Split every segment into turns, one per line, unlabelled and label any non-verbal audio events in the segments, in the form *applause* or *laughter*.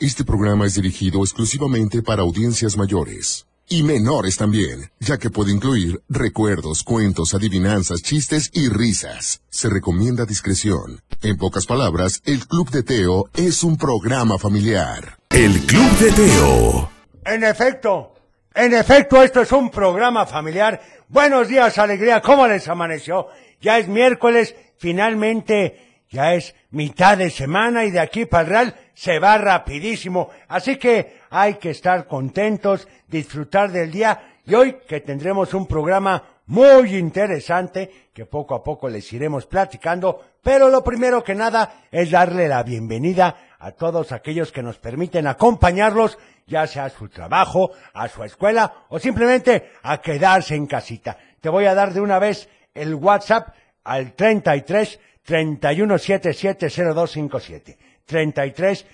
Este programa es dirigido exclusivamente para audiencias mayores. Y menores también, ya que puede incluir recuerdos, cuentos, adivinanzas, chistes y risas. Se recomienda discreción. En pocas palabras, el Club de Teo es un programa familiar.
El Club de Teo.
En efecto, en efecto, esto es un programa familiar. Buenos días, alegría. ¿Cómo les amaneció? Ya es miércoles, finalmente ya es mitad de semana y de aquí para el Real se va rapidísimo. Así que hay que estar contentos, disfrutar del día y hoy que tendremos un programa muy interesante que poco a poco les iremos platicando, pero lo primero que nada es darle la bienvenida a todos aquellos que nos permiten acompañarlos, ya sea a su trabajo, a su escuela o simplemente a quedarse en casita. Te voy a dar de una vez el WhatsApp al 33 31770257. 33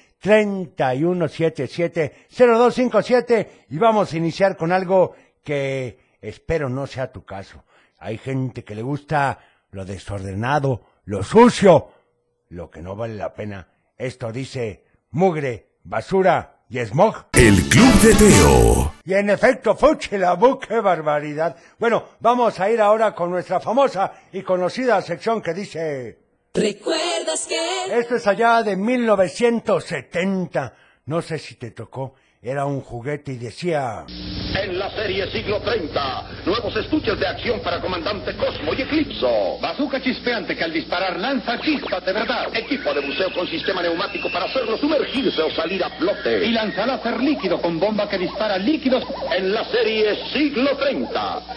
31770257 y vamos a iniciar con algo que espero no sea tu caso. Hay gente que le gusta lo desordenado, lo sucio, lo que no vale la pena. Esto dice mugre, basura y smog.
El Club de Teo.
Y en efecto, fuche la qué barbaridad. Bueno, vamos a ir ahora con nuestra famosa y conocida sección que dice...
¿Recuerdas que?
Esto es allá de 1970. No sé si te tocó. Era un juguete y decía...
En la serie siglo 30, nuevos estuches de acción para Comandante Cosmo y Eclipso. Bazooka chispeante que al disparar lanza chispas de verdad. Equipo de buceo con sistema neumático para hacerlo sumergirse o salir a flote.
y
Y
lanzaláser líquido con bomba que dispara líquidos.
en la serie siglo 30.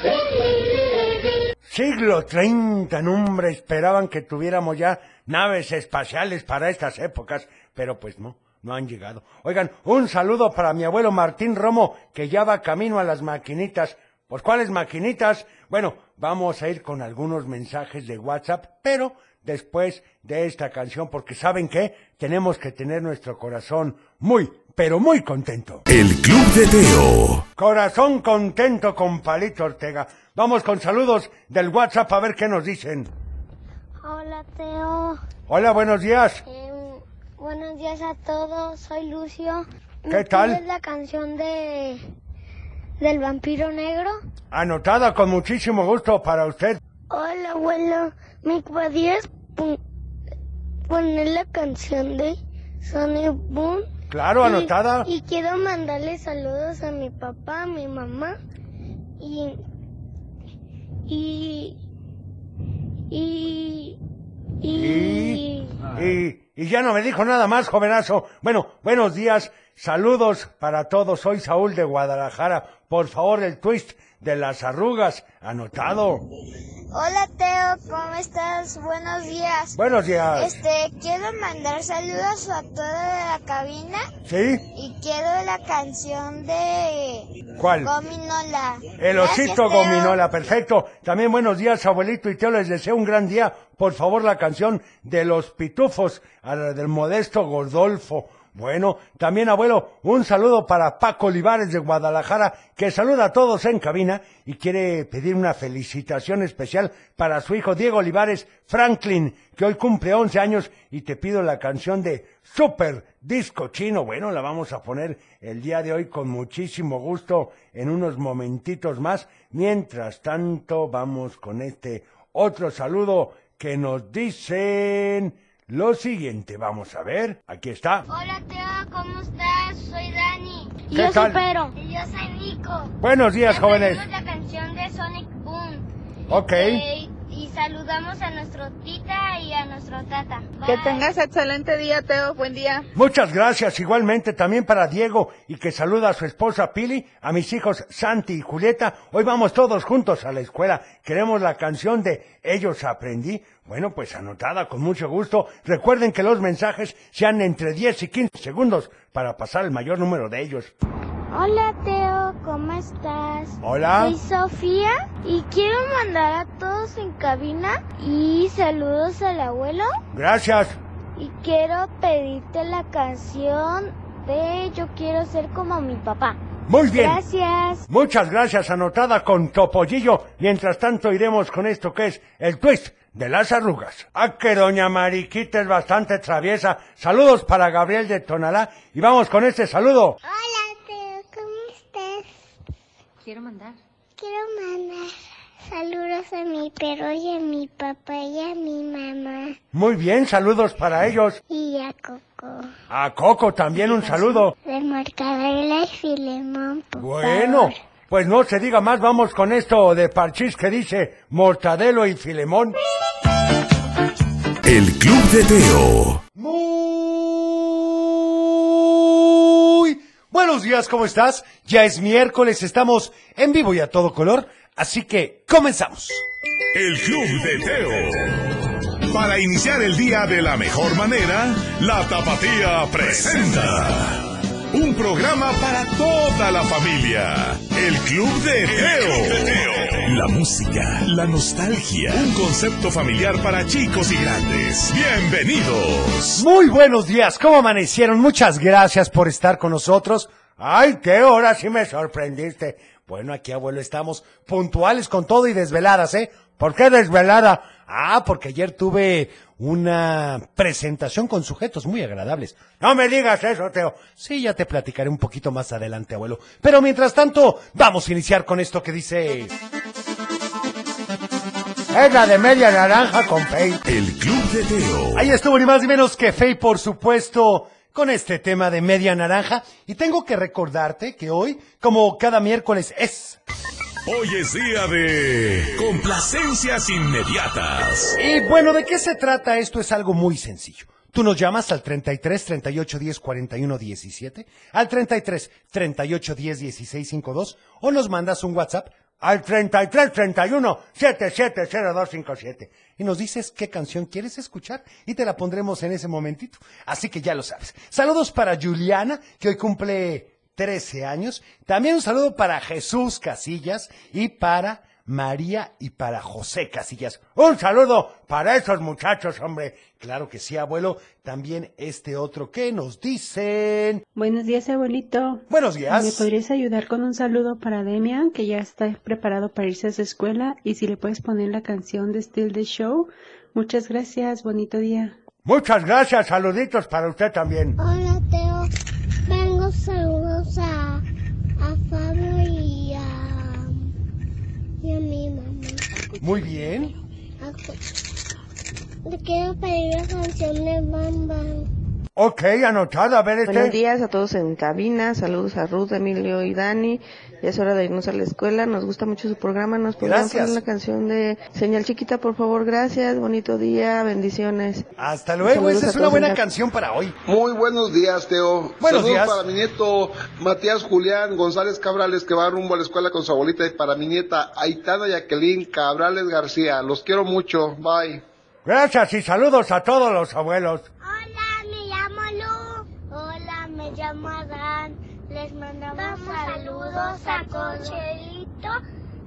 Siglo 30, no hombre, esperaban que tuviéramos ya naves espaciales para estas épocas, pero pues no, no han llegado. Oigan, un saludo para mi abuelo Martín Romo, que ya va camino a las maquinitas. ¿Pues cuáles maquinitas? Bueno, vamos a ir con algunos mensajes de WhatsApp, pero después de esta canción, porque ¿saben qué? Tenemos que tener nuestro corazón muy, pero muy contento.
El Club de Teo.
Corazón contento con Palito Ortega. Vamos con saludos del WhatsApp a ver qué nos dicen.
Hola Teo,
Hola, buenos días.
Em, buenos días a todos, soy Lucio. ¿Me
¿Qué tal?
pides la canción de del vampiro negro?
Anotada con muchísimo gusto para usted.
Hola abuelo, ¿me podías pon- poner la canción de Sonic Boom?
Claro,
Y-
anotada.
Y, quiero mandarle saludos a mi papá, a mi mamá y y y
Y, y, y ya no me dijo nada más, jovenazo. Bueno, buenos días, saludos para todos. Soy Saúl de Guadalajara. Por favor, el twist de las arrugas. Anotado.
Hola Teo, ¿cómo estás? Buenos días.
Buenos días.
Este, quiero mandar saludos a toda la cabina
¿Sí?
y quiero la canción de
¿Cuál?
Gominola.
El osito gominola, perfecto. También buenos días, abuelito y Teo. Les deseo un gran día. Por favor, la canción de los pitufos, a la del modesto Gordolfo. Bueno, también, abuelo, un saludo para Paco Olivares de Guadalajara, que saluda a todos en cabina y quiere pedir una felicitación especial para su hijo Diego Olivares Franklin, que hoy cumple 11 años y te pido la canción de Super Disco Chino. Bueno, la vamos a poner el día de hoy con muchísimo gusto en unos momentitos más. Mientras tanto, vamos con este otro saludo que nos dicen lo siguiente. Vamos a ver, aquí está.
Hola Teo, ¿cómo estás? Soy Dani.
¿Qué Yo soy tal? Pero.
Y yo soy Nico.
Buenos días, jóvenes.
la canción de Sonic Boom. Eh,
Ok.
y saludamos a nuestro tita y a nuestro tata.
Que tengas excelente día, Teo. Buen día.
Muchas gracias igualmente también para Diego y que saluda a su esposa Pili, a mis hijos Santi y Julieta. Hoy vamos todos juntos a la escuela. Queremos la canción de Ellos aprendí. Bueno, pues anotada con mucho gusto. Recuerden que los mensajes sean entre 10 y 15 segundos para pasar el mayor número de ellos.
Hola Teo, ¿cómo estás?
Hola.
Soy Sofía y quiero mandar a todos en cabina y saludos al abuelo
Gracias.
y quiero pedirte la canción de Yo quiero ser como mi papá.
Muy bien.
Gracias.
Muchas gracias, anotada con Topollillo. Mientras tanto, iremos con esto que es el twist
de las arrugas. Ah, que doña Mariquita es bastante traviesa. Saludos para Gabriel de Tonalá y vamos con este saludo.
Hola, Teo, ¿cómo estás?
Quiero mandar.
Quiero mandar saludos a mi perro y a mi papá y a mi mamá
Muy bien, saludos para ellos.
y a Coco.
A Coco también un saludo.
De Mortadela y Filemón. por
Bueno,
favor.
pues no se diga más, vamos con esto de Parchís que dice Mortadelo y Filemón.
El Club de Teo.
Muy buenos días, ¿cómo estás? Ya es miércoles, estamos en vivo y a todo color, así que comenzamos.
El Club de Teo. Para iniciar el día de la mejor manera, la Tapatía presenta un programa para toda la familia. El Club de Teo. La música, la nostalgia, un concepto familiar para chicos y grandes. Bienvenidos.
Muy buenos días, ¿cómo amanecieron? Muchas gracias por estar con nosotros.
Ay, qué hora sí me sorprendiste.
Bueno, aquí abuelo estamos puntuales con todo y desveladas, ¿eh? ¿Por qué desvelada? Ah, porque ayer tuve una presentación con sujetos muy agradables.
No me digas eso, Teo.
Sí, ya te platicaré un poquito más adelante, abuelo. Pero mientras tanto, vamos a iniciar con esto que dice...
Es la de media naranja con pein.
El Club de Teo.
Ahí estuvo ni más ni menos que Fey, por supuesto, con este tema de media naranja. Y tengo que recordarte que hoy, como cada miércoles, es...
Hoy es día de complacencias inmediatas.
Y bueno, ¿de qué se trata esto? Es algo muy sencillo. Tú nos llamas al 33 38 10 41 17, al 33 38 10 16 52 o nos mandas un WhatsApp
Al 33 31 770257.
y nos dices qué canción quieres escuchar y te la pondremos en ese momentito. Así que ya lo sabes. Saludos para Juliana, que hoy cumple 13 años. También un saludo para Jesús Casillas y para María y para José Casillas.
Un saludo para esos muchachos, hombre.
Claro que sí, abuelo. También este otro que nos dicen.
Buenos días, abuelito.
Buenos
¿Me
días.
podrías ayudar con un saludo para Demian, que ya está preparado para irse a su escuela? Y si le puedes poner la canción de Still the Show. Muchas gracias, bonito día.
Muchas gracias, saluditos para usted también.
Hola, Teo. Vengo saludos a, a Fabio y a, y a mi mamá.
Muy bien.
A co- Le quiero pedir la canción de Bam Bam.
Ok, anotada, a ver
Buenos
este.
días a todos en cabina, saludos a Ruth, Emilio y Dani. Ya es hora de irnos a la escuela, nos gusta mucho su programa, nos podrían
Gracias.
poner la canción de Señal Chiquita, por favor, gracias, bonito día, bendiciones.
Hasta luego.
Saludos
Esa
a
es una
todos en
buena
la-
canción para hoy.
Muy buenos días, Teo.
Buenos
Saludos
días.
para mi nieto Matías Julián González Cabrales, que va rumbo a la escuela con su abuelita, y para mi nieta Aitana Jacqueline Cabrales García. Los quiero mucho. Bye.
Gracias y saludos a todos los abuelos.
Hola, me llamo Lu. Hola, me llamo Adán. Les mandamos saludos a Cocherito,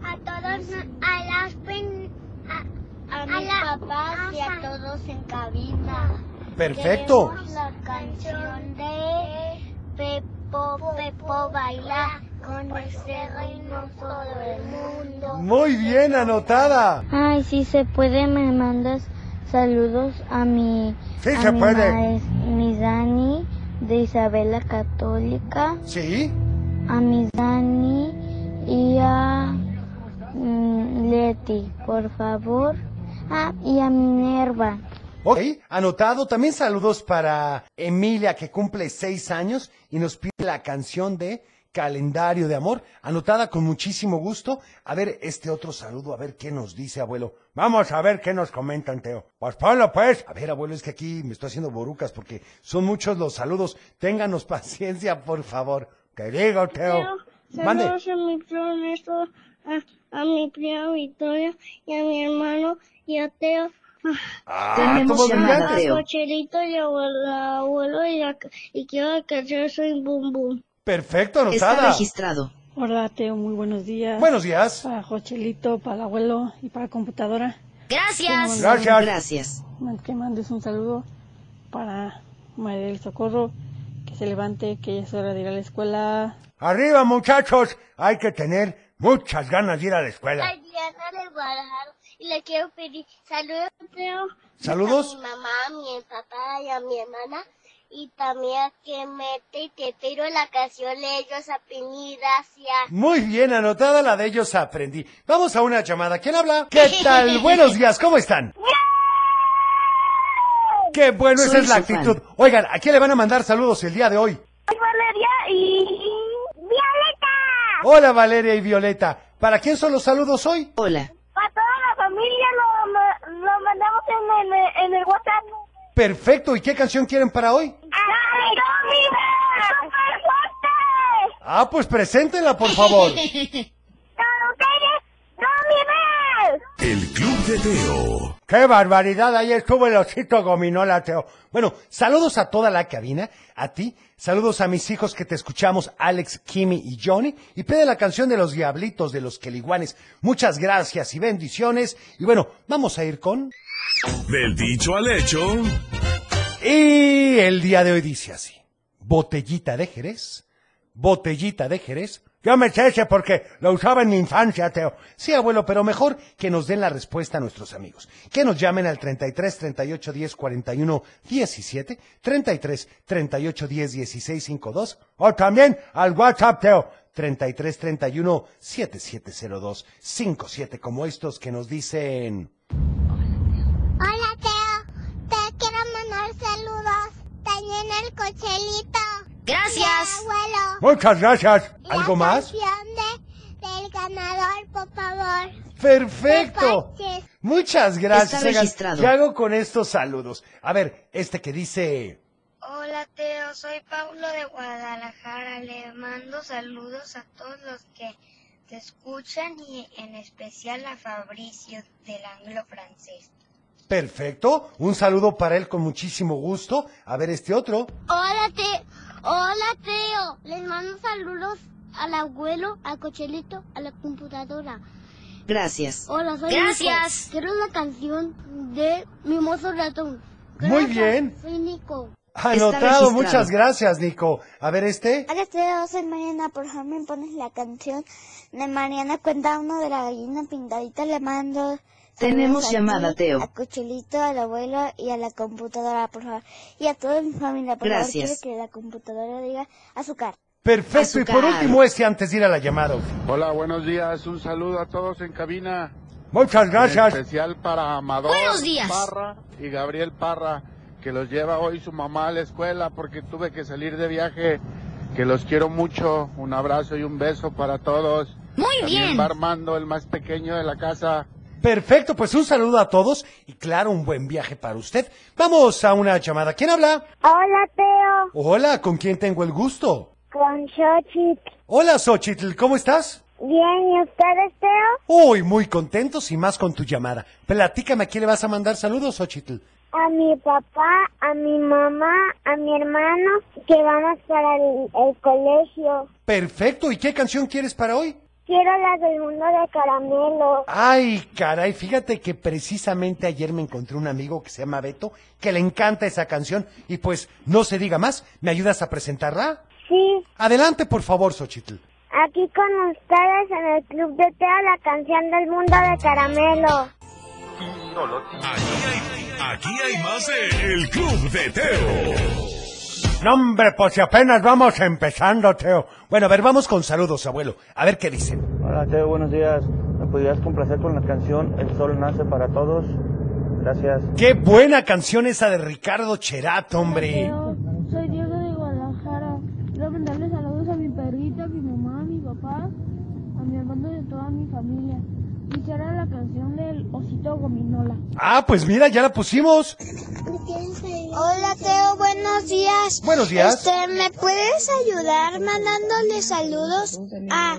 a todos, a las a, mis papás y a todos en cabina.
Perfecto.
Queremos La canción de Pepo, Pepo baila con el cerro y no todo el mundo.
Muy bien, anotada.
Ay, si se puede, me mandas saludos a mi.
Sí,
a
se
mi
puede.
maes- mi Dani de Isabela Católica,
Sí.
a mi Dani y a mm, Leti, por favor. Ah, y a Minerva.
Ok, anotado. También saludos para Emilia, que cumple seis años y nos pide la canción de Calendario de Amor, anotada con muchísimo gusto. A ver, este otro saludo, a ver qué nos dice, abuelo.
Vamos a ver qué nos comentan, Teo. Pues ponlo, pues.
A ver, abuelo, es que aquí me estoy haciendo borucas porque son muchos los saludos. Ténganos *laughs* paciencia, por favor.
Te digo, Teo.
Mande.
Saludos a mi primo Ernesto, a, a mi prima Victoria y a mi hermano y a Teo.
Ah,
Tenemos
todos
llamada,
brillantes.
Teo.
Cocherito y abuelo, abuelo y, la, y quiero la canción Soy Bum Bum.
Perfecto, anotada.
registrado.
Hola, Teo, muy buenos días.
Buenos días.
Para Jochelito, para el abuelo y para la computadora.
Gracias.
Gracias.
Gracias.
Que mandes un saludo para María del Socorro, que se levante, que ya es hora de ir a la escuela.
Arriba, muchachos. Hay que tener muchas ganas de ir a la escuela.
Diana de Guadalajara y le quiero pedir saludos, Teo.
¿Saludos?
A mi mamá, a mi papá y a mi hermana. Y también a que mete y te pido la canción de ellos aprendidas y a...
Muy bien, anotada la de ellos aprendí. Vamos a una llamada. ¿Quién habla? ¿Qué
*laughs*
tal? Buenos días, ¿cómo están? Qué bueno, esa
Soy
es la
su
actitud. Oigan, ¿a quién le van a mandar saludos el día de hoy?
Soy Valeria y... ¡Violeta!
Hola Valeria y Violeta. ¿Para quién son los saludos hoy? Hola.
Para toda la familia lo, ma- lo mandamos en el, en el WhatsApp.
Perfecto, ¿y qué canción quieren para hoy?
¡Ay, comida! ¡Súper fuerte!
Ah, pues preséntenla,
*laughs*
por favor.
¡Con ustedes, comida!
El Club de Teo.
¡Qué barbaridad! Ahí estuvo el osito gominola, Teo. Bueno, saludos a toda la cabina, a ti, saludos a mis hijos que te escuchamos, Alex, Kimi y Johnny, y pide la canción de los diablitos de los queliguanes. Muchas gracias y bendiciones. Y bueno, vamos a ir con...
Del dicho al hecho,
Y el día de hoy dice así. Botellita de Jerez, botellita de Jerez. Yo me sé ese porque lo usaba en mi infancia, Teo. Sí, abuelo, pero mejor que nos den la respuesta a nuestros amigos. Que nos llamen al 33 38 10 41 17, 33 38 10 16 52, o también al WhatsApp, Teo. 33 31 7702 57, como estos que nos dicen...
Hola, Teo. Te quiero mandar saludos. También el cochelito.
Gracias.
Y abuelo.
Muchas gracias. ¿Algo
la
más?
canción de- del ganador, por favor.
Perfecto.
Paches.
Muchas gracias.
Está
Oigan,
registrado.
¿Qué hago con estos saludos? A ver, este que dice...
Hola Teo, soy Paulo de Guadalajara. Le mando saludos a todos los que te escuchan y en especial a Fabricio del Anglo Francés.
Perfecto. Un saludo para él con muchísimo gusto. A ver, este otro.
Hola, Teo. Hola, Teo. Les mando saludos al abuelo, al cochelito, a la computadora.
Gracias.
Hola, soy
Gracias.
Nico. Quiero una canción de Mimoso Ratón.
Muy bien.
Soy Nico.
Anotado. Muchas gracias, Nico. A ver, este.
Hola, Teo, soy Mariana. Por favor, me pones la canción de Mariana Cuenta uno de la gallina pintadita. Le mando.
Tenemos
saludos a
llamada,
ti,
Teo.
A Cuchulito, al abuelo y a la computadora, por favor. Y a toda mi familia, por
Gracias.
favor. Quiero que la computadora diga azúcar.
Perfecto. Y por
Azúcar.
último, este antes de ir a la llamada.
Hola, buenos días. Un saludo a todos en cabina.
Muchas
En
gracias.
especial para Amador
Buenos días.
Parra y Gabriel Parra, que los lleva hoy su mamá a la escuela porque tuve que salir de viaje. Que los quiero mucho. Un abrazo y un beso para todos.
Muy
También
bien.
va Armando, el más pequeño de la casa.
Perfecto. Pues un saludo a todos y claro, un buen viaje para usted. Vamos a una llamada. ¿Quién habla?
Hola, Teo.
Hola, ¿con quién tengo el gusto?
Con Xochitl.
Hola, Xochitl. ¿Cómo estás?
Bien, ¿y ustedes, Teo?
Uy, muy contentos y más con tu llamada. Platícame a quién le vas a mandar saludos, Ochitl.
A mi papá, a mi mamá, a mi hermano, que vamos para el, el colegio.
Perfecto, ¿y qué canción quieres para hoy?
Quiero la del mundo de caramelo.
Ay, caray, fíjate que precisamente ayer me encontré un amigo que se llama Beto, que le encanta esa canción, y pues, no se diga más, ¿me ayudas a presentarla?
Sí,
Adelante, por favor, Xochitl.
aquí con ustedes en el Club de Teo, la canción del mundo de caramelo.
aquí hay más de El Club de Teo.
No, hombre, pues si apenas vamos empezando, Teo. Bueno, a ver, vamos con saludos, abuelo. A ver qué dicen.
Hola Teo, buenos días. ¿Me podrías complacer con la canción El Sol Nace para Todos? Gracias.
Qué buena canción esa de Ricardo Cherat, hombre.
Soy Diego de Guadalajara. Quiero mandarle saludos a mi perrito, a mi mamá, a mi papá, a mi hermano y a toda mi familia. Quisiera la canción del osito gominola.
Ah, pues mira, ya la pusimos.
Hola Teo, buenos días.
Buenos días.
Este, ¿me puedes ayudar mandándole saludos a,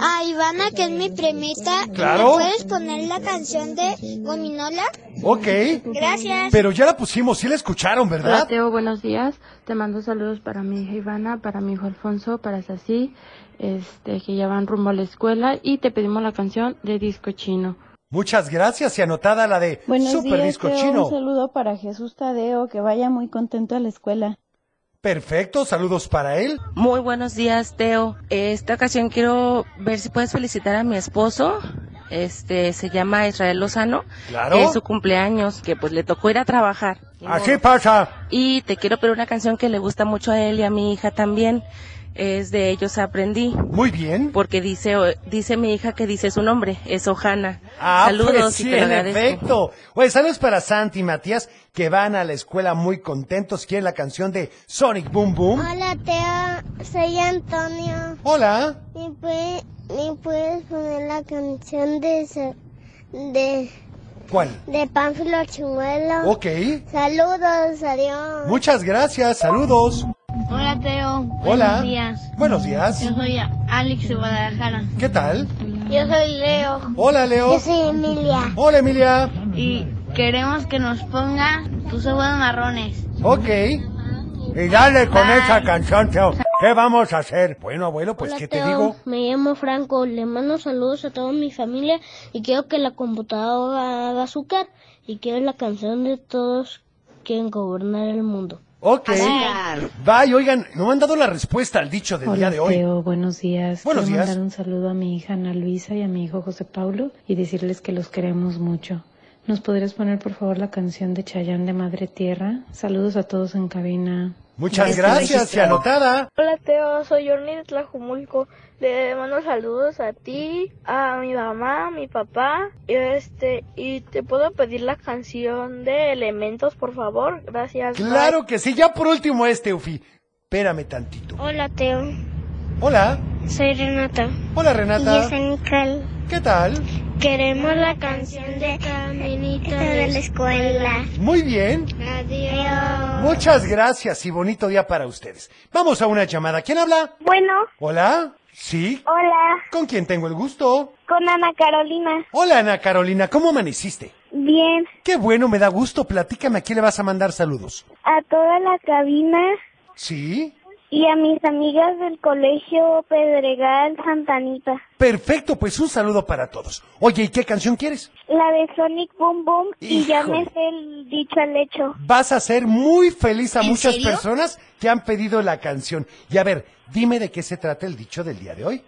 a Ivana, que es mi primita?
Claro.
¿Me puedes poner la canción de Gominola?
Ok.
Gracias.
Pero ya la pusimos, sí la escucharon,
Hola
¿verdad?
Teo, buenos días. Te mando saludos para mi hija Ivana, para mi hijo Alfonso, para Sací, este, que ya van rumbo a la escuela y te pedimos la canción de Disco Chino.
Muchas gracias y anotada la de
Buenos
Super
días,
Disco
Teo.
Chino.
Un saludo para Jesús Tadeo, que vaya muy contento a la escuela.
Perfecto, saludos para él.
Muy buenos días, Teo. Esta ocasión quiero ver si puedes felicitar a mi esposo,
este se llama Israel Lozano.
Claro.
Es su cumpleaños, que pues le tocó ir a trabajar. Y
Ah,
Así pasa.
Y te quiero pedir una canción que le gusta mucho a él y a mi hija también. Es de ellos aprendí.
Muy bien.
Porque dice dice mi hija que dice su nombre, es Ojana.
Ah,
Saludos
pues sí,
y te lo
en
agradezco.
efecto. Oye, saludos para Santi y Matías que van a la escuela muy contentos. Quieren la canción de Sonic Boom Boom.
Hola, Teo. Soy Antonio.
Hola.
¿Me, puede- me puedes poner la canción de, Sa- de,
¿Cuál?
de Pánfilo Chimuelo?
Ok.
Saludos, adiós.
Muchas gracias, saludos.
Hola, Teo.
Hola.
Buenos días.
Buenos días.
Yo soy Alex de Guadalajara.
¿Qué tal?
Yo soy Leo.
Hola, Leo. Yo
soy Emilia.
Hola, Emilia.
Y queremos que nos ponga tus ojos marrones.
Ok.
Y dale con esa canción, Teo. ¿Qué vamos a hacer? Bueno, abuelo, pues,
Hola,
¿qué te
Teo.
digo?
Me llamo Franco, le mando saludos a toda mi familia y quiero que la computadora haga azúcar y quiero la canción de todos quieren gobernar el mundo.
Ok.
Azúcar.
Bye, oigan, no me han dado la respuesta al dicho del día
Hola,
de hoy.
Teo, buenos días.
Buenos
Quiero
días.
mandar un saludo a mi hija Ana Luisa y a mi hijo José Paulo y decirles que los queremos mucho. ¿Nos podrías poner, por favor, la canción de Chayán de Madre Tierra? Saludos a todos en cabina.
Este
Muchas gracias, y anotada.
Hola Teo, soy Jorni de Tlajumulco. Le mando saludos a ti, a mi mamá, a mi papá. y Este, y te puedo pedir la canción de Elementos, por favor. Gracias. bye.
Claro que sí, ya por último este, Ufi. Espérame tantito.
Hola Teo,
Hola.
soy Renata.
Hola, Renata. ¿Qué tal?
Queremos la canción de Caminito de la escuela.
Muy bien.
Adiós.
Muchas gracias y bonito día para ustedes. Vamos a una llamada. ¿Quién habla?
Bueno,
Hola. Sí.
hola,
¿Con quién tengo el gusto?
con Ana Carolina.
Hola, Ana Carolina. ¿Cómo amaneciste?
Bien,
Qué bueno, me da gusto. Platícame, ¿a quién le vas a mandar saludos?
a toda la cabina
Sí.
y a mis amigas del colegio Pedregal Santanita.
Perfecto, pues un saludo para todos. Oye, ¿y qué canción quieres?
La de Sonic Boom Boom y ya
Híjole.
me sé el dicho al hecho.
Vas a hacer muy feliz a
¿En
muchas
serio?
personas que han pedido la canción. Y a ver, dime de qué se trata el dicho del día de hoy.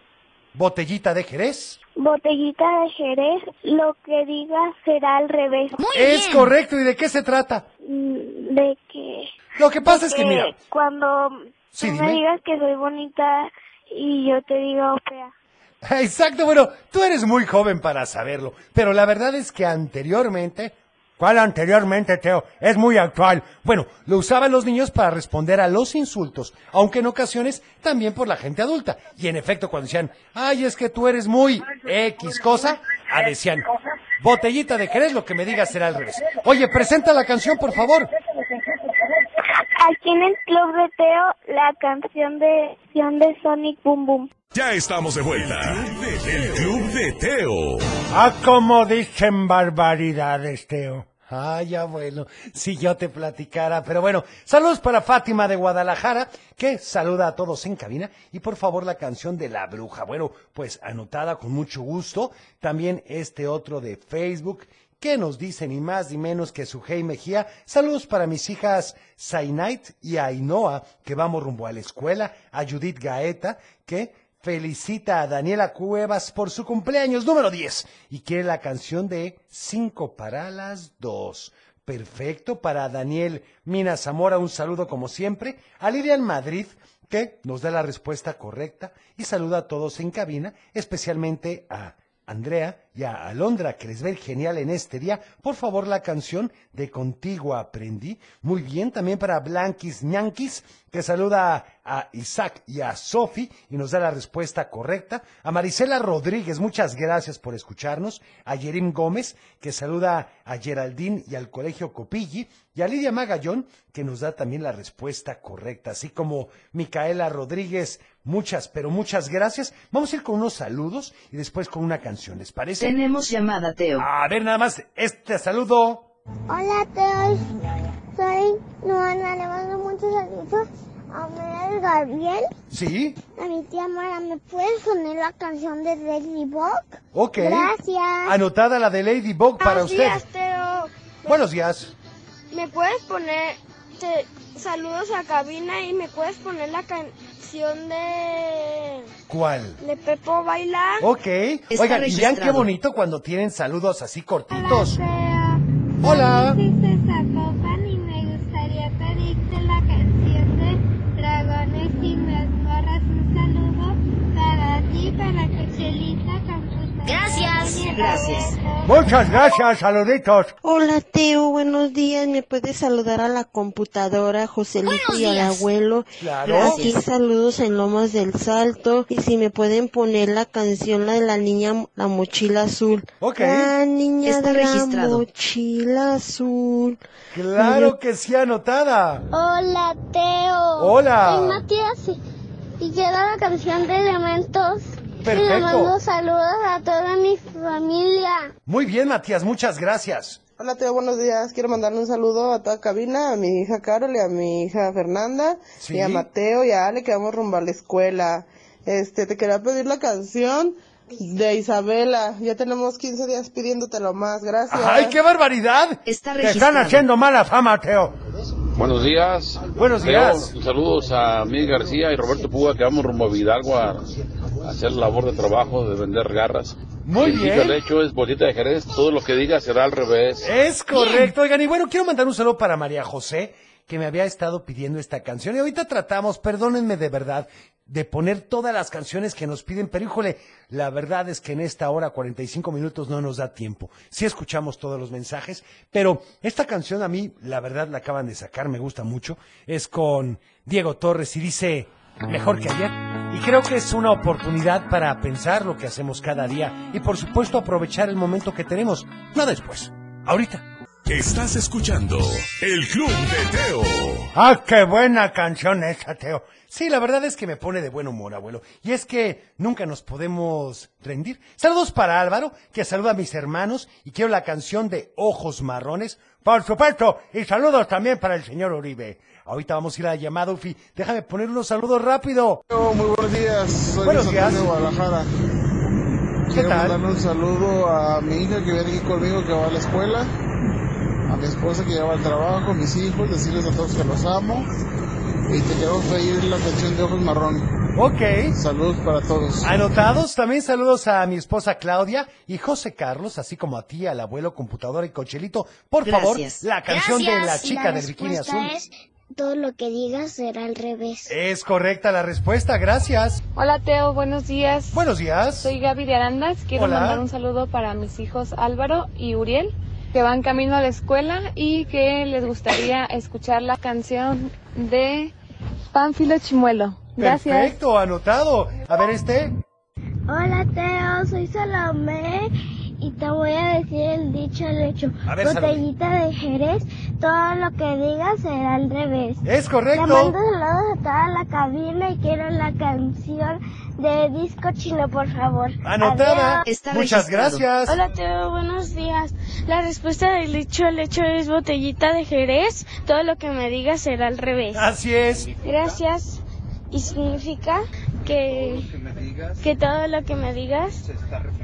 Botellita de Jerez.
Botellita de Jerez, lo que diga será al revés.
es correcto, ¿y de qué se trata?
Mm, De que...
Lo que pasa es que,
de
mira,
Cuando
Sí,
tú
dime.
me digas que soy bonita y yo te digo
*laughs*
fea.
Exacto, bueno, tú eres muy joven para saberlo, pero la verdad es que anteriormente... ¿Cuál anteriormente, Teo? Es muy actual. Bueno, lo usaban los niños para responder a los insultos, aunque en ocasiones también por la gente adulta. Y en efecto, cuando decían, ay, es que tú eres muy X cosa, ah, decían, botellita de Jerez, lo que me digas será al revés. Oye, presenta la canción, por favor.
Aquí en el Club de Teo, la canción de, canción de Sonic Boom Boom.
Ya estamos de vuelta. El Club de Teo.
Ah, como dicen barbaridades, Teo.
Ay, abuelo, si yo te platicara. Pero bueno, saludos para Fátima de Guadalajara, que saluda a todos en cabina. Y por favor, la canción de la bruja. Bueno, pues anotada con mucho gusto. También este otro de Facebook, que nos dice ni más ni menos que Sujei Mejía. Saludos para mis hijas Zainait y Ainhoa, que vamos rumbo a la escuela. A Judith Gaeta, que Felicita a Daniela Cuevas por su cumpleaños número 10 y quiere la canción de 5 para las 2. Perfecto para Daniel Mina Zamora, un saludo como siempre. A Lilian Madrid, que nos da la respuesta correcta y saluda a todos en cabina, especialmente a Andrea y a Alondra, que les ver genial en este día. Por favor, la canción de Contigo Aprendí. Muy bien, también para Blanquis Ñanquis, que saluda a Isaac y a Sofi y nos da la respuesta correcta. A Marisela Rodríguez, muchas gracias por escucharnos. A Yerim Gómez, que saluda a Geraldine y al Colegio Copilli. Y a Lidia Magallón, que nos da también la respuesta correcta. Así como Micaela Rodríguez, Muchas, pero muchas gracias. Vamos a ir con unos saludos y después con una canción, ¿les parece?
Tenemos llamada, Teo.
A ver, nada más, este saludo.
Hola, Teo. Soy Luana. Le mando muchos saludos a Manuel Gabriel,
¿Sí?
a mi tía Mara. ¿Me puedes poner la canción de Daily Box?
Ok.
Gracias.
Anotada la de Ladybug para usted.
Teo.
Buenos días.
¿Me puedes poner te- saludos a cabina y me puedes poner la canción
canción de...
¿Cuál?
De Pepo Bailar.
Ok. Oigan, y vean qué bonito cuando tienen saludos así cortitos. Hola.
Desde Zapopan y me gustaría pedirte la canción de Dragones y Mazmorras. Un saludo para ti, para que Chelita Campuzano.
Gracias. Gracias.
Muchas gracias, saluditos.
Hola Teo, buenos días. ¿Me puedes saludar a la computadora, Joselito y al abuelo?
Claro.
Aquí saludos en Lomas del Salto. Y si me pueden poner la canción, la de la niña, la mochila azul.
Ok.
La niña
Está
de
registrado.
la mochila azul.
Claro que sí, anotada.
Hola, Teo.
Hola.
Soy Matías y- y quiero la canción de Elementos. Y
Perfecto.
le mando saludos a toda mi familia.
Muy bien, Matías, muchas gracias.
Hola, Teo, buenos días. Quiero mandarle un saludo a toda cabina, a mi hija Carol y a mi hija Fernanda,
Sí.
y a Mateo y a Ale que vamos rumbo a la escuela. Este, te quería pedir la canción de Isabela. Ya tenemos 15 días pidiéndotelo más. Gracias.
¡Ay, qué barbaridad! Te están haciendo mala fama, Teo.
Buenos días.
Buenos
Teo,
días.
saludos a Miguel García y Roberto Puga que vamos rumbo a Hidalgo a, a hacer labor de trabajo, de vender garras.
Muy
El
bien.
dicho, el hecho es bolita de Jerez, todo lo que diga será al revés.
Es correcto, oigan, y bueno, quiero mandar un saludo para María José, que me había estado pidiendo esta canción, y ahorita tratamos, perdónenme de verdad, de poner todas las canciones que nos piden, pero híjole, la verdad es que en esta hora 45 minutos no nos da tiempo. Sí escuchamos todos los mensajes, pero esta canción a mí, la verdad, la acaban de sacar, me gusta mucho, es con Diego Torres y dice, mejor que ayer. Y creo que es una oportunidad para pensar lo que hacemos cada día y por supuesto aprovechar el momento que tenemos, no después, ahorita.
Estás escuchando El Club de Teo.
Ah, qué buena canción esa, Teo.
Sí, la verdad es que me pone de buen humor, abuelo. Y es que nunca nos podemos rendir. Saludos para Álvaro, que saluda a mis hermanos y quiero la canción de Ojos Marrones. Por supuesto, y saludos también para el señor Uribe. Ahorita vamos a ir a la llamada, Ufi. Déjame poner unos saludos rápido.
Muy buenos días, soy
Buenos
de Santa Fe,
días.
Guadalajara. Quiero mandarle un saludo a mi hija que viene aquí conmigo, que va a la escuela, a mi esposa que lleva al trabajo, mis hijos, decirles a todos que los amo. Y te quiero pedir la canción de Ojos Marrón.
Ok.
Saludos para todos.
Anotados, también saludos a mi esposa Claudia y José Carlos, así como a ti, al abuelo, computadora y cochelito. Por
Gracias.
favor, la canción de la chica del bikini
respuesta
azul.
es, todo lo que digas será al revés.
Es correcta la respuesta, gracias.
Hola Teo, buenos días.
Buenos días.
Soy Gaby de Arandas. Quiero
Hola.
mandar un saludo para mis hijos Álvaro y Uriel, que van camino a la escuela y que les gustaría escuchar la canción de Pánfilo Chimuelo. Gracias.
Perfecto, anotado. A ver este.
Hola Teo, soy Salomé y te voy a decir el dicho al hecho.
A ver, Salomé.
Botellita de Jerez, todo lo que digas será al revés.
Es correcto.
Te mando saludos a toda la cabina y quiero la canción de disco chino, por favor.
Anotada.
Adiós.
Está Muchas registrado. gracias.
Hola,
Teo, buenos días. La respuesta del hecho al hecho es botellita de Jerez. Todo lo que me digas será al revés.
Así es.
Gracias. Y significa que, que todo lo que me digas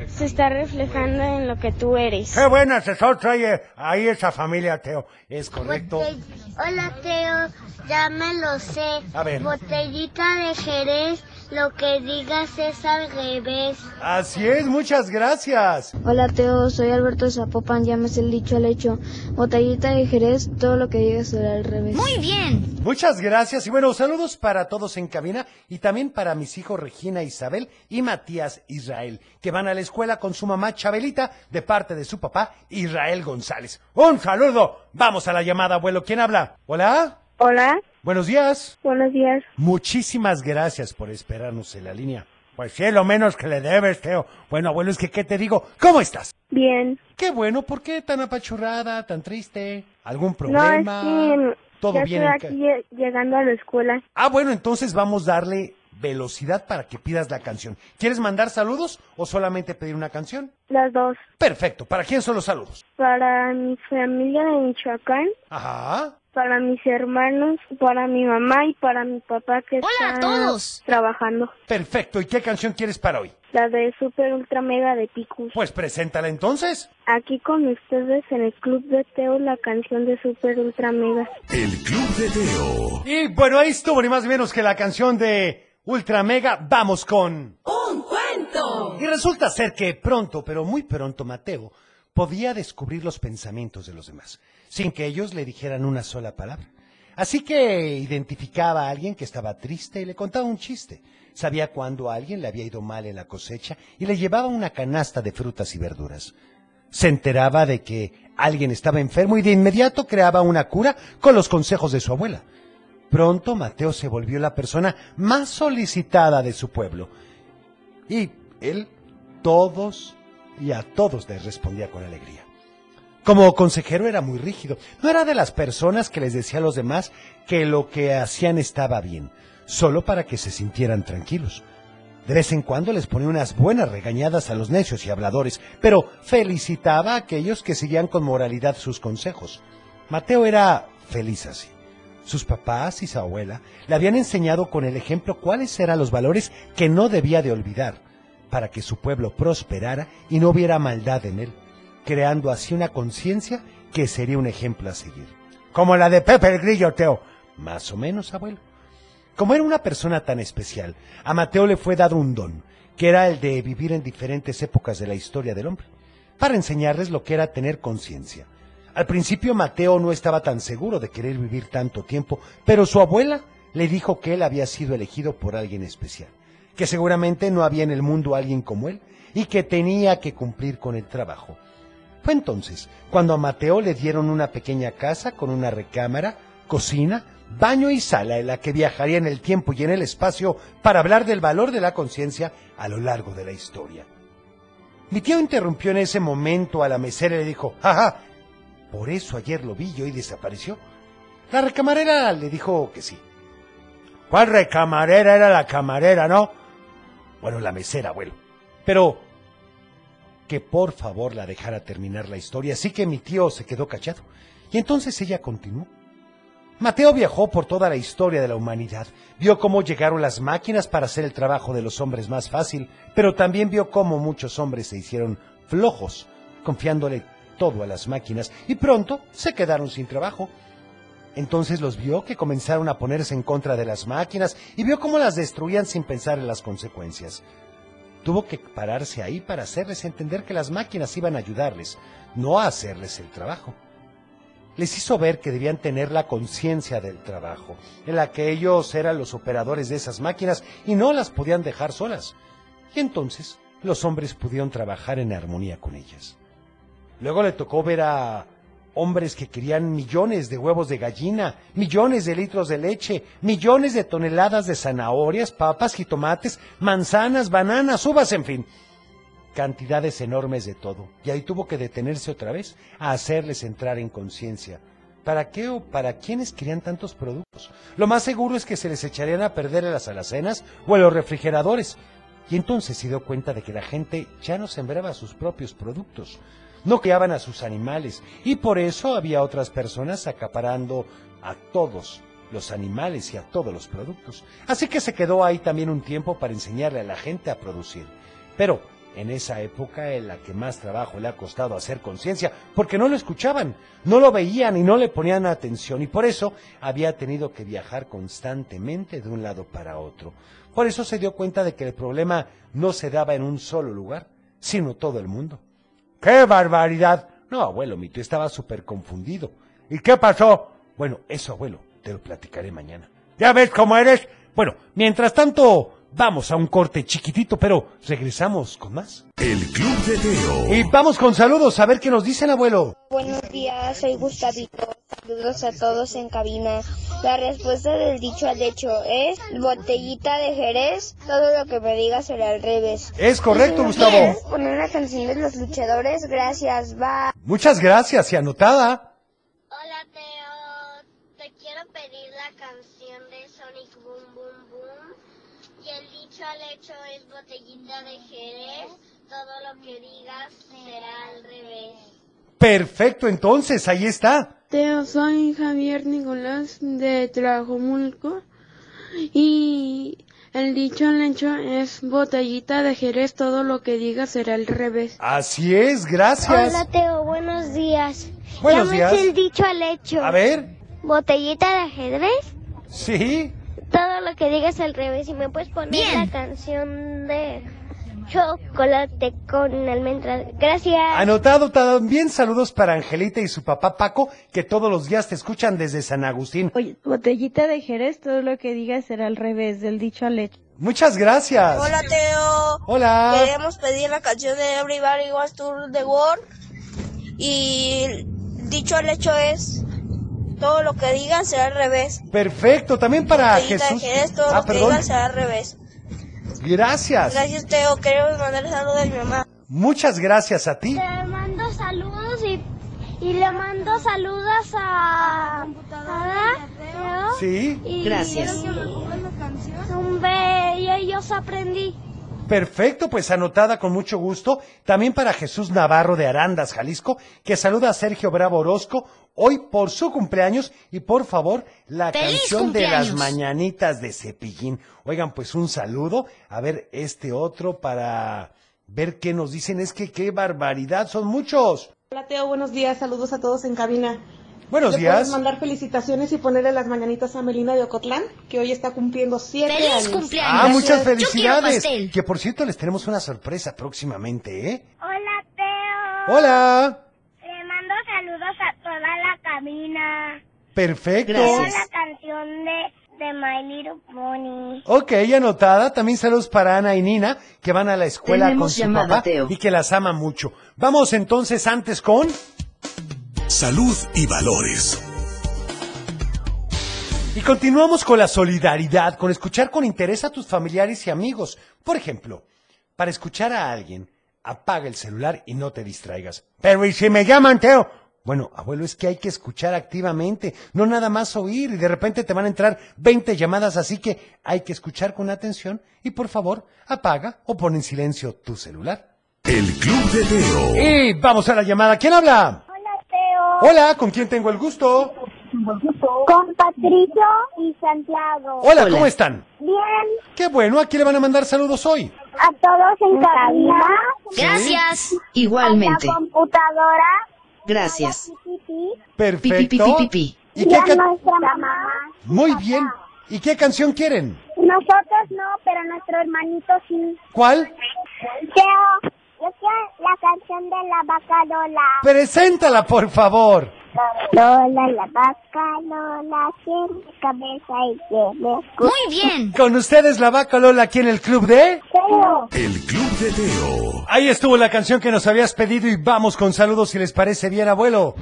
se está reflejando en lo que tú eres.
Qué buen asesor trae ahí esa familia, Teo.
Es correcto.
Hola Teo, ya me lo sé.
A ver.
Botellita de Jerez, lo que digas es al revés.
Así es, muchas gracias.
Hola Teo, soy Alberto de Zapopan, ya me sé el dicho al hecho. Botellita de Jerez, todo lo que digas será al revés.
Muy bien. Muchas gracias y bueno, saludos para todos en cabina y también para mis hijos Regina Isabel y Matías Israel, que van a la escuela con su mamá Chabelita de parte de su papá Israel González. Un saludo. Vamos a la llamada, abuelo. ¿Quién habla? Hola.
Hola.
Buenos días.
Buenos días.
Muchísimas gracias por esperarnos en la línea. Pues sí, lo menos que le debes, Teo. Bueno, abuelo, es que ¿qué te digo? ¿Cómo estás?
Bien.
Qué bueno, ¿por qué tan apachurrada, tan triste? ¿Algún problema?
No, es que
Todo
ya
bien. en ca-
estoy aquí lle- llegando a la escuela.
Ah, bueno, entonces vamos a darle velocidad para que pidas la canción. ¿Quieres mandar saludos o solamente pedir una canción?
Las dos.
Perfecto. ¿Para quién son los saludos?
Para mi familia de Michoacán,
Ajá.
para mis hermanos, para mi mamá y para mi papá que está trabajando.
Perfecto. ¿Y qué canción quieres para hoy?
La de Super Ultra Mega de Picus.
Pues preséntala entonces.
Aquí con ustedes en el Club de Teo la canción de Super Ultra Mega.
El Club de Teo.
Y bueno, ahí estuvo ni más ni menos que la canción de ultra mega, vamos con...
¡Un cuento!
Y resulta ser que pronto, pero muy pronto, Mateo podía descubrir los pensamientos de los demás, sin que ellos le dijeran una sola palabra. Así que identificaba a alguien que estaba triste y le contaba un chiste. Sabía cuando a alguien le había ido mal en la cosecha y le llevaba una canasta de frutas y verduras. Se enteraba de que alguien estaba enfermo y de inmediato creaba una cura con los consejos de su abuela. Pronto Mateo se volvió la persona más solicitada de su pueblo. Y él, todos y a todos les respondía con alegría. Como consejero era muy rígido, no era de las personas que les decía a los demás que lo que hacían estaba bien, solo para que se sintieran tranquilos. De vez en cuando les ponía unas buenas regañadas a los necios y habladores, pero felicitaba a aquellos que seguían con moralidad sus consejos. Mateo era feliz así. Sus papás y su abuela le habían enseñado con el ejemplo cuáles eran los valores que no debía de olvidar para que su pueblo prosperara y no hubiera maldad en él, creando así una conciencia que sería un ejemplo a seguir. Como la de Pepe el Grillo, Teo. Más o menos, abuelo. Como era una persona tan especial, a Mateo le fue dado un don, que era el de vivir en diferentes épocas de la historia del hombre, para enseñarles lo que era tener conciencia. Al principio Mateo no estaba tan seguro de querer vivir tanto tiempo, pero su abuela le dijo que él había sido elegido por alguien especial que seguramente no había en el mundo alguien como él y que tenía que cumplir con el trabajo. Fue entonces cuando a Mateo le dieron una pequeña casa con una recámara, cocina, baño y sala en la que viajaría en el tiempo y en el espacio para hablar del valor de la conciencia a lo largo de la historia. Mi tío interrumpió en ese momento a la mesera y le dijo, jaja, por eso ayer lo vi yo y desapareció. La recamarera le dijo que sí. ¿Cuál recamarera era la camarera, no? Bueno, la mesera, abuelo. Pero que por favor la dejara terminar la historia, así que mi tío se quedó cachado. Y entonces ella continuó. Mateo viajó por toda la historia de la humanidad, vio cómo llegaron las máquinas para hacer el trabajo de los hombres más fácil, pero también vio cómo muchos hombres se hicieron flojos, confiándole todo a las máquinas, y pronto se quedaron sin trabajo. Entonces los vio que comenzaron a ponerse en contra de las máquinas y vio cómo las destruían sin pensar en las consecuencias. Tuvo que pararse ahí para hacerles entender que las máquinas iban a ayudarles, no a hacerles el trabajo. Les hizo ver que debían tener la conciencia del trabajo, en la que ellos eran los operadores de esas máquinas y no las podían dejar solas. Y entonces los hombres pudieron trabajar en armonía con ellas. Luego le tocó ver a hombres que querían millones de huevos de gallina, millones de litros de leche, millones de toneladas de zanahorias, papas, jitomates, manzanas, bananas, uvas, en fin. Cantidades enormes de todo. Y ahí tuvo que detenerse otra vez a hacerles entrar en conciencia. ¿Para qué o para quiénes querían tantos productos? Lo más seguro es que se les echarían a perder en las alacenas o en los refrigeradores. Y entonces se dio cuenta de que la gente ya no sembraba sus propios productos no criaban a sus animales y por eso había otras personas acaparando a todos los animales y a todos los productos. Así que se quedó ahí también un tiempo para enseñarle a la gente a producir. Pero en esa época en la que más trabajo le ha costado hacer conciencia, porque no lo escuchaban, no lo veían y no le ponían atención, y por eso había tenido que viajar constantemente de un lado para otro. Por eso se dio cuenta de que el problema no se daba en un solo lugar, sino todo el mundo. ¡Qué barbaridad! No, abuelo, mi tío estaba súper confundido. ¿Y qué pasó? Bueno, eso, abuelo, te lo platicaré mañana. ¿Ya ves cómo eres? Bueno, mientras tanto, vamos a un corte chiquitito, pero regresamos con más.
El Club de Teo.
Y vamos con saludos, a ver qué nos dicen, abuelo.
Buenos días, soy Gustavito. Saludos a todos en cabina. La respuesta del dicho al hecho es botellita de Jerez, todo lo que me digas será al revés.
Es correcto,
Y si no
Gustavo.
quieres Poner la canción de los luchadores, gracias, bye.
Muchas gracias y anotada.
Hola Teo, te quiero pedir la canción de Sonic Boom Boom Boom y el dicho al hecho es botellita de Jerez, todo lo que digas será al revés.
Perfecto, entonces, ahí está.
Teo, soy Javier Nicolás de Tlajomulco y el dicho al hecho es botellita de Jerez, todo lo que diga será al revés.
Así es, gracias.
Hola Teo, buenos días.
Buenos
Ya me sé
días.
el dicho al hecho.
A ver,
Botellita de ajedrez,
sí.
Todo lo que digas al revés y me puedes poner la canción de chocolate con almendras. Gracias.
Anotado también saludos para Angelita y su papá Paco, que todos los días te escuchan desde San Agustín.
Botellita de Jerez, todo lo que digas será al revés, del dicho al hecho. Ah.
Muchas gracias.
Hola Eh, Teo.
Hola.
Queremos pedir la canción de Everybody Wants Tour the World. Y dicho al hecho es, todo lo que digan será al revés.
Perfecto, también
Ah,
para
Botellita de
Jesús.
Jerez, todo
Ah,
lo que
perdón.
digan será al revés.
Gracias.
Gracias Teo, queremos mandar saludos a mi mamá.
Muchas gracias a ti.
Le mando saludos y, y le mando saludos a... a Leo.
Sí.
Y- Un be- y ellos aprendí.
Perfecto, pues anotada con mucho gusto. También para Jesús Navarro de Arandas, Jalisco, que saluda a Sergio Bravo Orozco hoy por su cumpleaños y por favor la
¡Feliz
canción de las
cumpleaños!
mañanitas de Cepillín. Oigan, pues un saludo. A ver, este otro para ver qué nos dicen. Es que qué barbaridad, son muchos.
Hola Teo, buenos días, saludos a todos en cabina.
Buenos
¿Le
días.
puedes mandar felicitaciones y ponerle las mañanitas a Melina de Ocotlán, que hoy está cumpliendo siete años.
Ah, muchas felicidades. Que por cierto les tenemos una sorpresa próximamente, ¿eh?
Hola, Teo.
Hola.
Le mando saludos a toda la cabina.
Perfecto.
canción de, de My Little Pony.
Ok, anotada. También saludos para Ana y Nina, que van a la escuela
Tenemos
con su
llamada,
papá
Teo.
y que las ama mucho. Vamos entonces antes con...
Salud y valores.
Y continuamos con la solidaridad, con escuchar con interés a tus familiares y amigos. Por ejemplo, para escuchar a alguien, apaga el celular y no te distraigas. Pero ¿y si me llaman, Teo? Bueno, abuelo, es que hay que escuchar activamente, no nada más oír y de repente te van a entrar 20 llamadas, así que hay que escuchar con atención y por favor, apaga o pon en silencio tu celular.
El Club de Teo.
Y vamos a la llamada. ¿Quién habla?
Teo.
Hola, ¿con quién tengo el gusto?
Con Patricio y Santiago.
Hola, ¿cómo están?
Bien.
Qué bueno, ¿a quién le van a mandar saludos hoy?
A todos en
cabina.
cabina.
Gracias. Igualmente.
A la computadora.
Gracias. Pi, pi,
Perfecto.
pi, pi, pi.
¿Y qué ca-
nuestra mamá.
Muy bien. ¿Y qué canción quieren?
Nosotros no, pero nuestro hermanito sí.
¿Cuál?
Teo, yo quiero la canción de la vaca Lola.
Preséntala, por favor.
Lola, la vaca Lola, tiene cabeza y tiene... Muy bien.
Con ustedes la vaca Lola aquí en el club de...
Teo.
El Club de Teo.
Ahí estuvo la canción que nos habías pedido y vamos con saludos si les parece bien, abuelo.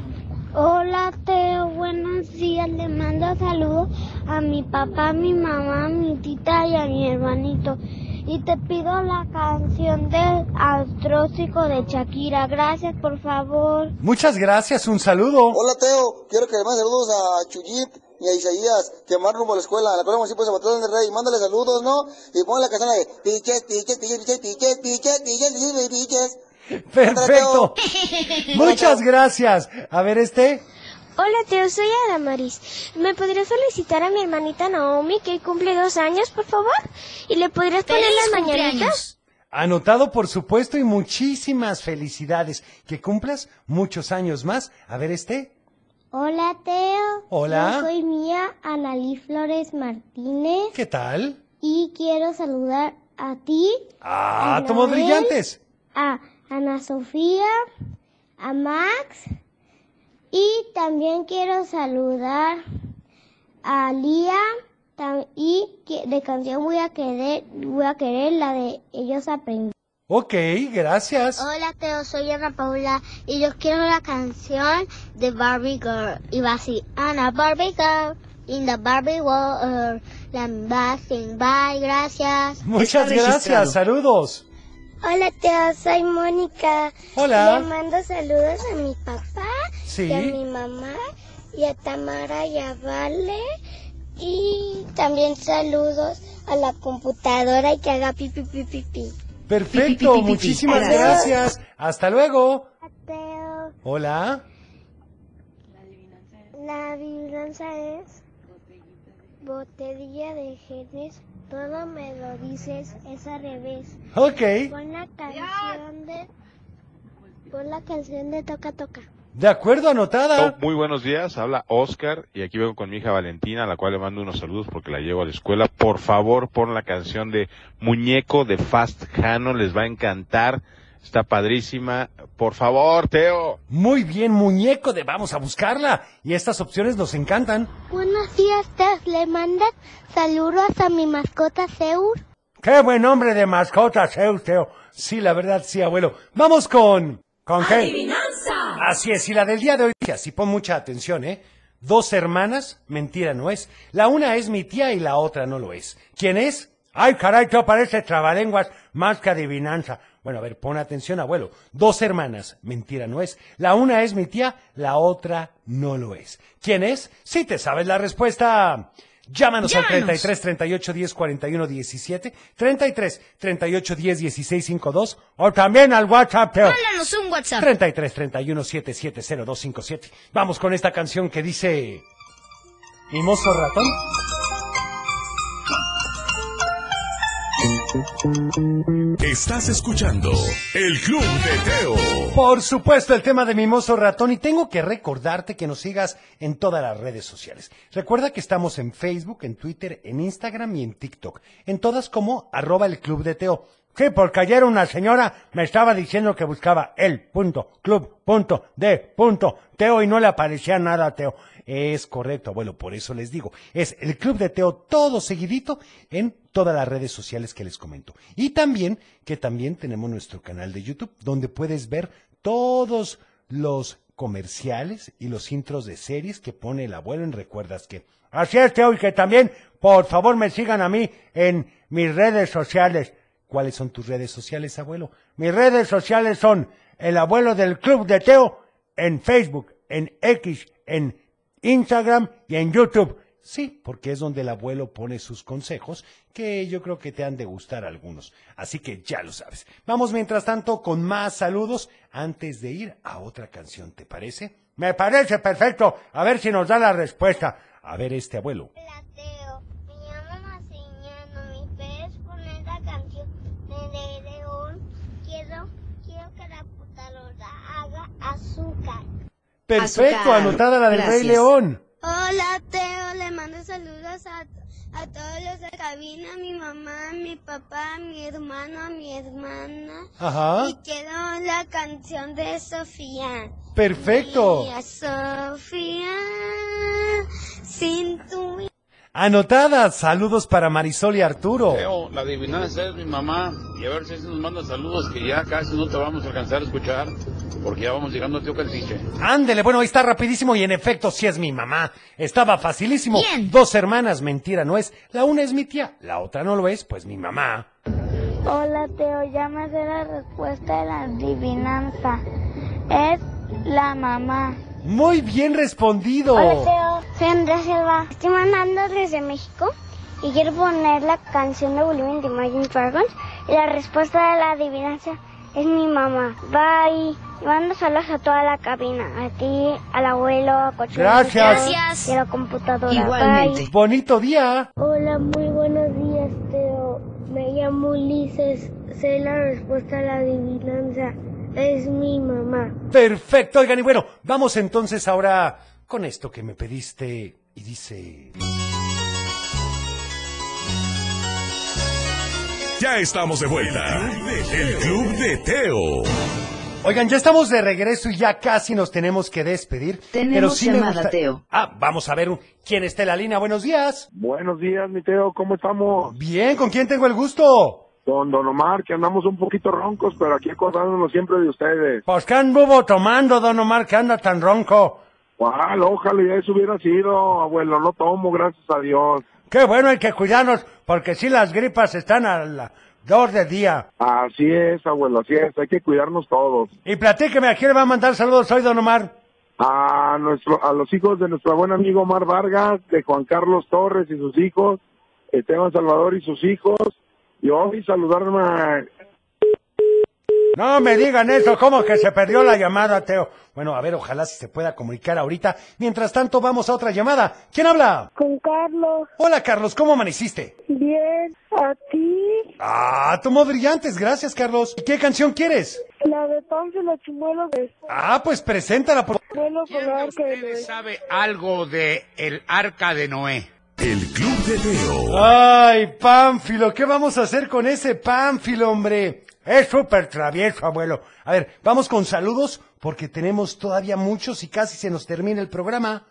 Hola Teo, buenos días. Le mando saludos a mi papá, a mi mamá, a mi tita y a mi hermanito. Y te pido la canción del astróxico de Shakira. Gracias, por favor.
Muchas gracias, un saludo.
Hola Teo, quiero que le mandes saludos a Chuyit y a Isaías, que van rumbo a la escuela, a la escuela municipal de Zapotlán del Rey, mándale saludos, ¿no? Y pon la canción de piches, piches, piches, piches, piches, piches, piches, piches, piches.
Perfecto. Muchas gracias. A ver este.
Hola Teo, soy Adamaris. ¿Me podrías felicitar a mi hermanita Naomi que cumple dos años, por favor? ¿Y le podrías poner
¡Feliz
las
cumpleaños!
mañanitas?
Anotado, por supuesto, y muchísimas felicidades. Que cumplas muchos años más. A ver este.
Hola, Teo. Yo
Hola.
soy Mía Analí Flores Martínez
¿Qué tal?
y quiero saludar a ti,
Ah, tomos
Anabel.
brillantes.
a Ana Sofía, a Max y también quiero saludar a Lía tam- y que- de canción voy a querer voy a querer la de ellos aprendí.
Ok, gracias.
Hola Teo, soy Ana Paula y yo quiero la canción de Barbie Girl. Y va así, Ana Barbie Girl in the Barbie World. La basking, bye, gracias.
Muchas gracias, saludos.
Hola Teo, soy Mónica.
Hola.
Le mando saludos a mi papá
Sí.
y a mi mamá y a Tamara y a Vale. Y también saludos a la computadora y que haga pipi pipi pipi.
Perfecto,
pi, pi, pi,
muchísimas
pi.
gracias. Hasta luego. Hola.
La adivinanza es botella de Jerez. Todo me lo dices, es al revés.
Ok.
Pon la canción de... Pon la canción de Toca Toca.
De acuerdo, anotada.
Muy buenos días, habla Oscar y aquí vengo con mi hija Valentina, a la cual le mando unos saludos porque la llevo a la escuela. Por favor, pon la canción de Muñeco de Fast Jano, les va a encantar. Está padrísima. Por favor, Teo.
Muy bien, muñeco de vamos a buscarla. Y estas opciones nos encantan.
Buenos días, Tess. Le mandas saludos a mi mascota Seur.
Qué buen nombre de mascota, Zeus, Teo. Sí, la verdad, sí, abuelo. Vamos con... ¿Con qué?
¡Adivinanza!
Así es, y la del día de hoy, así pon mucha atención, ¿eh? Dos hermanas, mentira no es. La una es mi tía y la otra no lo es. ¿Quién es? Ay, caray, Teo, parece trabalenguas más que adivinanza. Bueno, a ver, pon atención, abuelo. Dos hermanas, mentira no es. La una es mi tía, la otra no lo es. ¿Quién es? Si te sabes la respuesta. Llámanos, al 33 38 10 41 17, 33 38 10 16 52 o también al WhatsApp. Teo.
Mándanos un WhatsApp.
33 31 77 0257. Vamos con esta canción que dice Mimoso ratón.
Estás escuchando el Club de Teo.
Por supuesto, el tema de Mimoso Ratón y tengo que recordarte que nos sigas en todas las redes sociales. Recuerda que estamos en Facebook, en Twitter, en Instagram y en TikTok. En todas como arroba el Club de Teo.
Sí, porque ayer una señora me estaba diciendo que buscaba el punto, club, punto, de, punto, Teo y no le aparecía nada a Teo.
Es correcto, abuelo, por eso les digo. Es el Club de Teo todo seguidito en todas las redes sociales que les comento. Y también que también tenemos nuestro canal de YouTube donde puedes ver todos los comerciales y los intros de series que pone el abuelo en Recuerdas que.
Así es, Teo, y que también, por favor, me sigan a mí en mis redes sociales.
¿Cuáles son tus redes sociales, abuelo?
Mis redes sociales son el abuelo del Club de Teo en Facebook, en X, en Instagram y en YouTube.
Sí, porque es donde el abuelo pone sus consejos, que yo creo que te han de gustar algunos. Así que ya lo sabes. Vamos mientras tanto con más saludos antes de ir a otra canción, ¿te parece?
Me parece perfecto. A ver si nos da la respuesta.
A ver este abuelo.
Hola, Teo. Mi mamá me enseñando mis pez con esta canción de León. Quiero, quiero que la putalora haga azúcar.
Perfecto,
Azúcar.
anotada la del Rey
Gracias.
León.
Hola Teo, le mando saludos a, a todos los de cabina, a mi mamá, a mi papá, a mi hermano, a mi hermana.
¿Ah?
Ajá.
Y quiero la canción de Sofía.
Perfecto.
Mira, Sofía, sin tu...
Anotada, saludos para Marisol y Arturo.
Teo, la adivinanza es mi mamá. Y a ver si nos manda saludos que ya casi no te vamos a alcanzar a escuchar porque ya vamos llegando a Teo Calpiche.
Ándele, bueno, ahí está rapidísimo y en efecto sí es mi mamá. Estaba facilísimo. Dos hermanas, mentira no es. La una es mi tía, la otra no lo es, pues mi mamá.
Hola Teo, ya me sé la respuesta de la adivinanza. Es la mamá.
Muy bien respondido.
Hola Teo, soy Andrea Silva. Estoy mandando desde México y quiero poner la canción de Bolivia de Imagine Dragons. Y la respuesta de la adivinanza es mi mamá. Bye. Y mando saludos a toda la cabina. A ti, al abuelo, a Cochino.
Gracias.
Y a la computadora. Bye.
Pues,
Bonito día.
Hola, muy buenos días, Teo. Me llamo Ulises. Sé la respuesta a la adivinanza. Es mi mamá.
Perfecto, oigan, y bueno, vamos entonces ahora con esto que me pediste y dice...
Ya estamos de vuelta. El Club de Teo.
Oigan, ya estamos de regreso y ya casi nos tenemos que despedir.
Tenemos
pero sí me
llamada,
gusta-
Teo.
Ah, vamos a ver un- quién está en la línea. Buenos días.
Buenos días, mi Teo, ¿cómo estamos?
Bien, ¿con quién tengo el gusto?
Con Don Omar, que andamos un poquito roncos, pero aquí acordándonos siempre de ustedes.
Pues que anduvo tomando, don Omar, que anda tan ronco.
¿Cuál? Ojalá y eso hubiera sido, abuelo, no tomo, gracias a Dios.
Qué bueno, hay que cuidarnos, porque si las gripas están a las dos de día.
Así es, abuelo, así es, hay que cuidarnos todos.
Y platíqueme, ¿a quién le va a mandar saludos hoy, don Omar?
A, nuestro, a los hijos de nuestro buen amigo Omar Vargas, de Juan Carlos Torres y sus hijos, Esteban Salvador y sus hijos, y hoy saludarme a...
No me digan eso, ¿cómo que se perdió la llamada, Teo?
Bueno, a ver, ojalá se pueda comunicar ahorita. Mientras tanto, vamos a otra llamada. ¿Quién habla?
Con Carlos.
Hola, Carlos, ¿cómo amaneciste?
Bien, a ti,
Ah, tomó brillantes. Gracias, Carlos. ¿Y qué canción quieres?
la de
Pánfilo Chimuelo de
Ah, pues preséntala. Por...
Chimuelo con la arca de Noé.
¿Sabe algo de el arca de Noé?
El Club de Teo.
Ay, Pánfilo, ¿qué vamos a hacer con ese Pánfilo, hombre? Es súper travieso, abuelo. A ver, vamos con saludos porque tenemos todavía muchos y casi se nos termina el programa.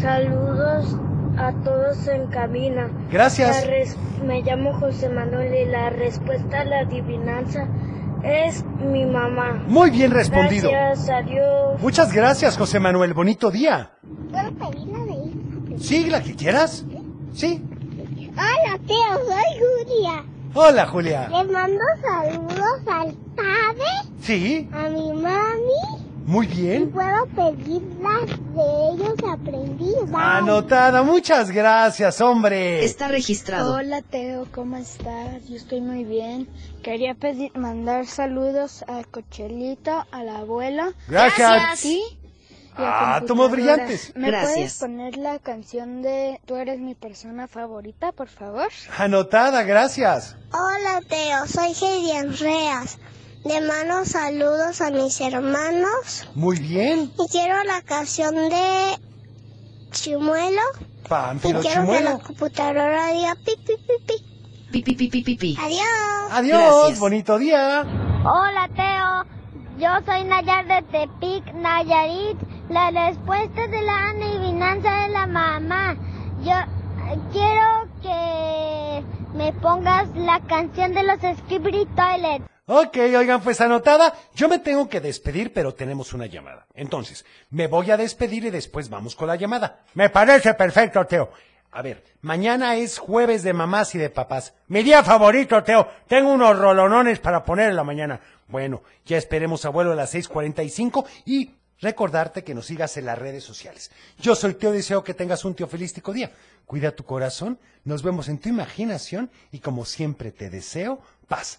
Saludos a todos en cabina.
Gracias.
La res- Me llamo José Manuel y la respuesta a la adivinanza es mi mamá.
Muy bien respondido.
Gracias a Dios.
Muchas gracias, José Manuel. Bonito día.
¿Puedo pedir la de hija?
Sí, la que quieras. Sí.
Hola, Teo, soy Julia.
Hola, Julia.
Le mando saludos al padre,
Sí.
a mi mami.
Muy
Y
bien.
puedo pedir las de ellos aprendidas.
Ah, Anotada. Muchas gracias, hombre.
Hola Teo, ¿cómo estás? Yo estoy muy bien. Quería pedir, mandar saludos a Cochelito, al abuelo.
Gracias.
a ti y a
Ah, tomó
computadoras.
brillantes.
¿Me puedes
Gracias.
poner la canción de Tú eres mi persona favorita, por favor?
Anotada, gracias.
Hola, Teo, soy Gedian Reas. Le mando saludos a mis hermanos.
Muy bien.
Y quiero la canción de Chimuelo. Y
Pánfilo
quiero que la
Chimuelo.
computadora diga pi, pi, pi, pi.
Pi, pi, pi, pi, pi, pi.
Adiós.
Adiós, bonito día.
Hola Teo, yo soy Nayar de Tepic, Nayarit. La respuesta de la adivinanza de la mamá. Yo eh, quiero que me pongas la canción de los Skibidi Toilet.
Ok, oigan, pues anotada. Yo me tengo que despedir, pero tenemos una llamada. Entonces, me voy a despedir y después vamos con la llamada. Me parece perfecto, Teo. A ver, mañana es jueves de mamás y de papás. Mi día favorito, Teo. Tengo unos rolonones para poner en la mañana. Bueno, ya esperemos, abuelo, a las 6.45 y recordarte que nos sigas en las redes sociales. Yo soy Teo, deseo que tengas un teofilístico día. Cuida tu corazón, nos vemos en tu imaginación y como siempre te deseo paz.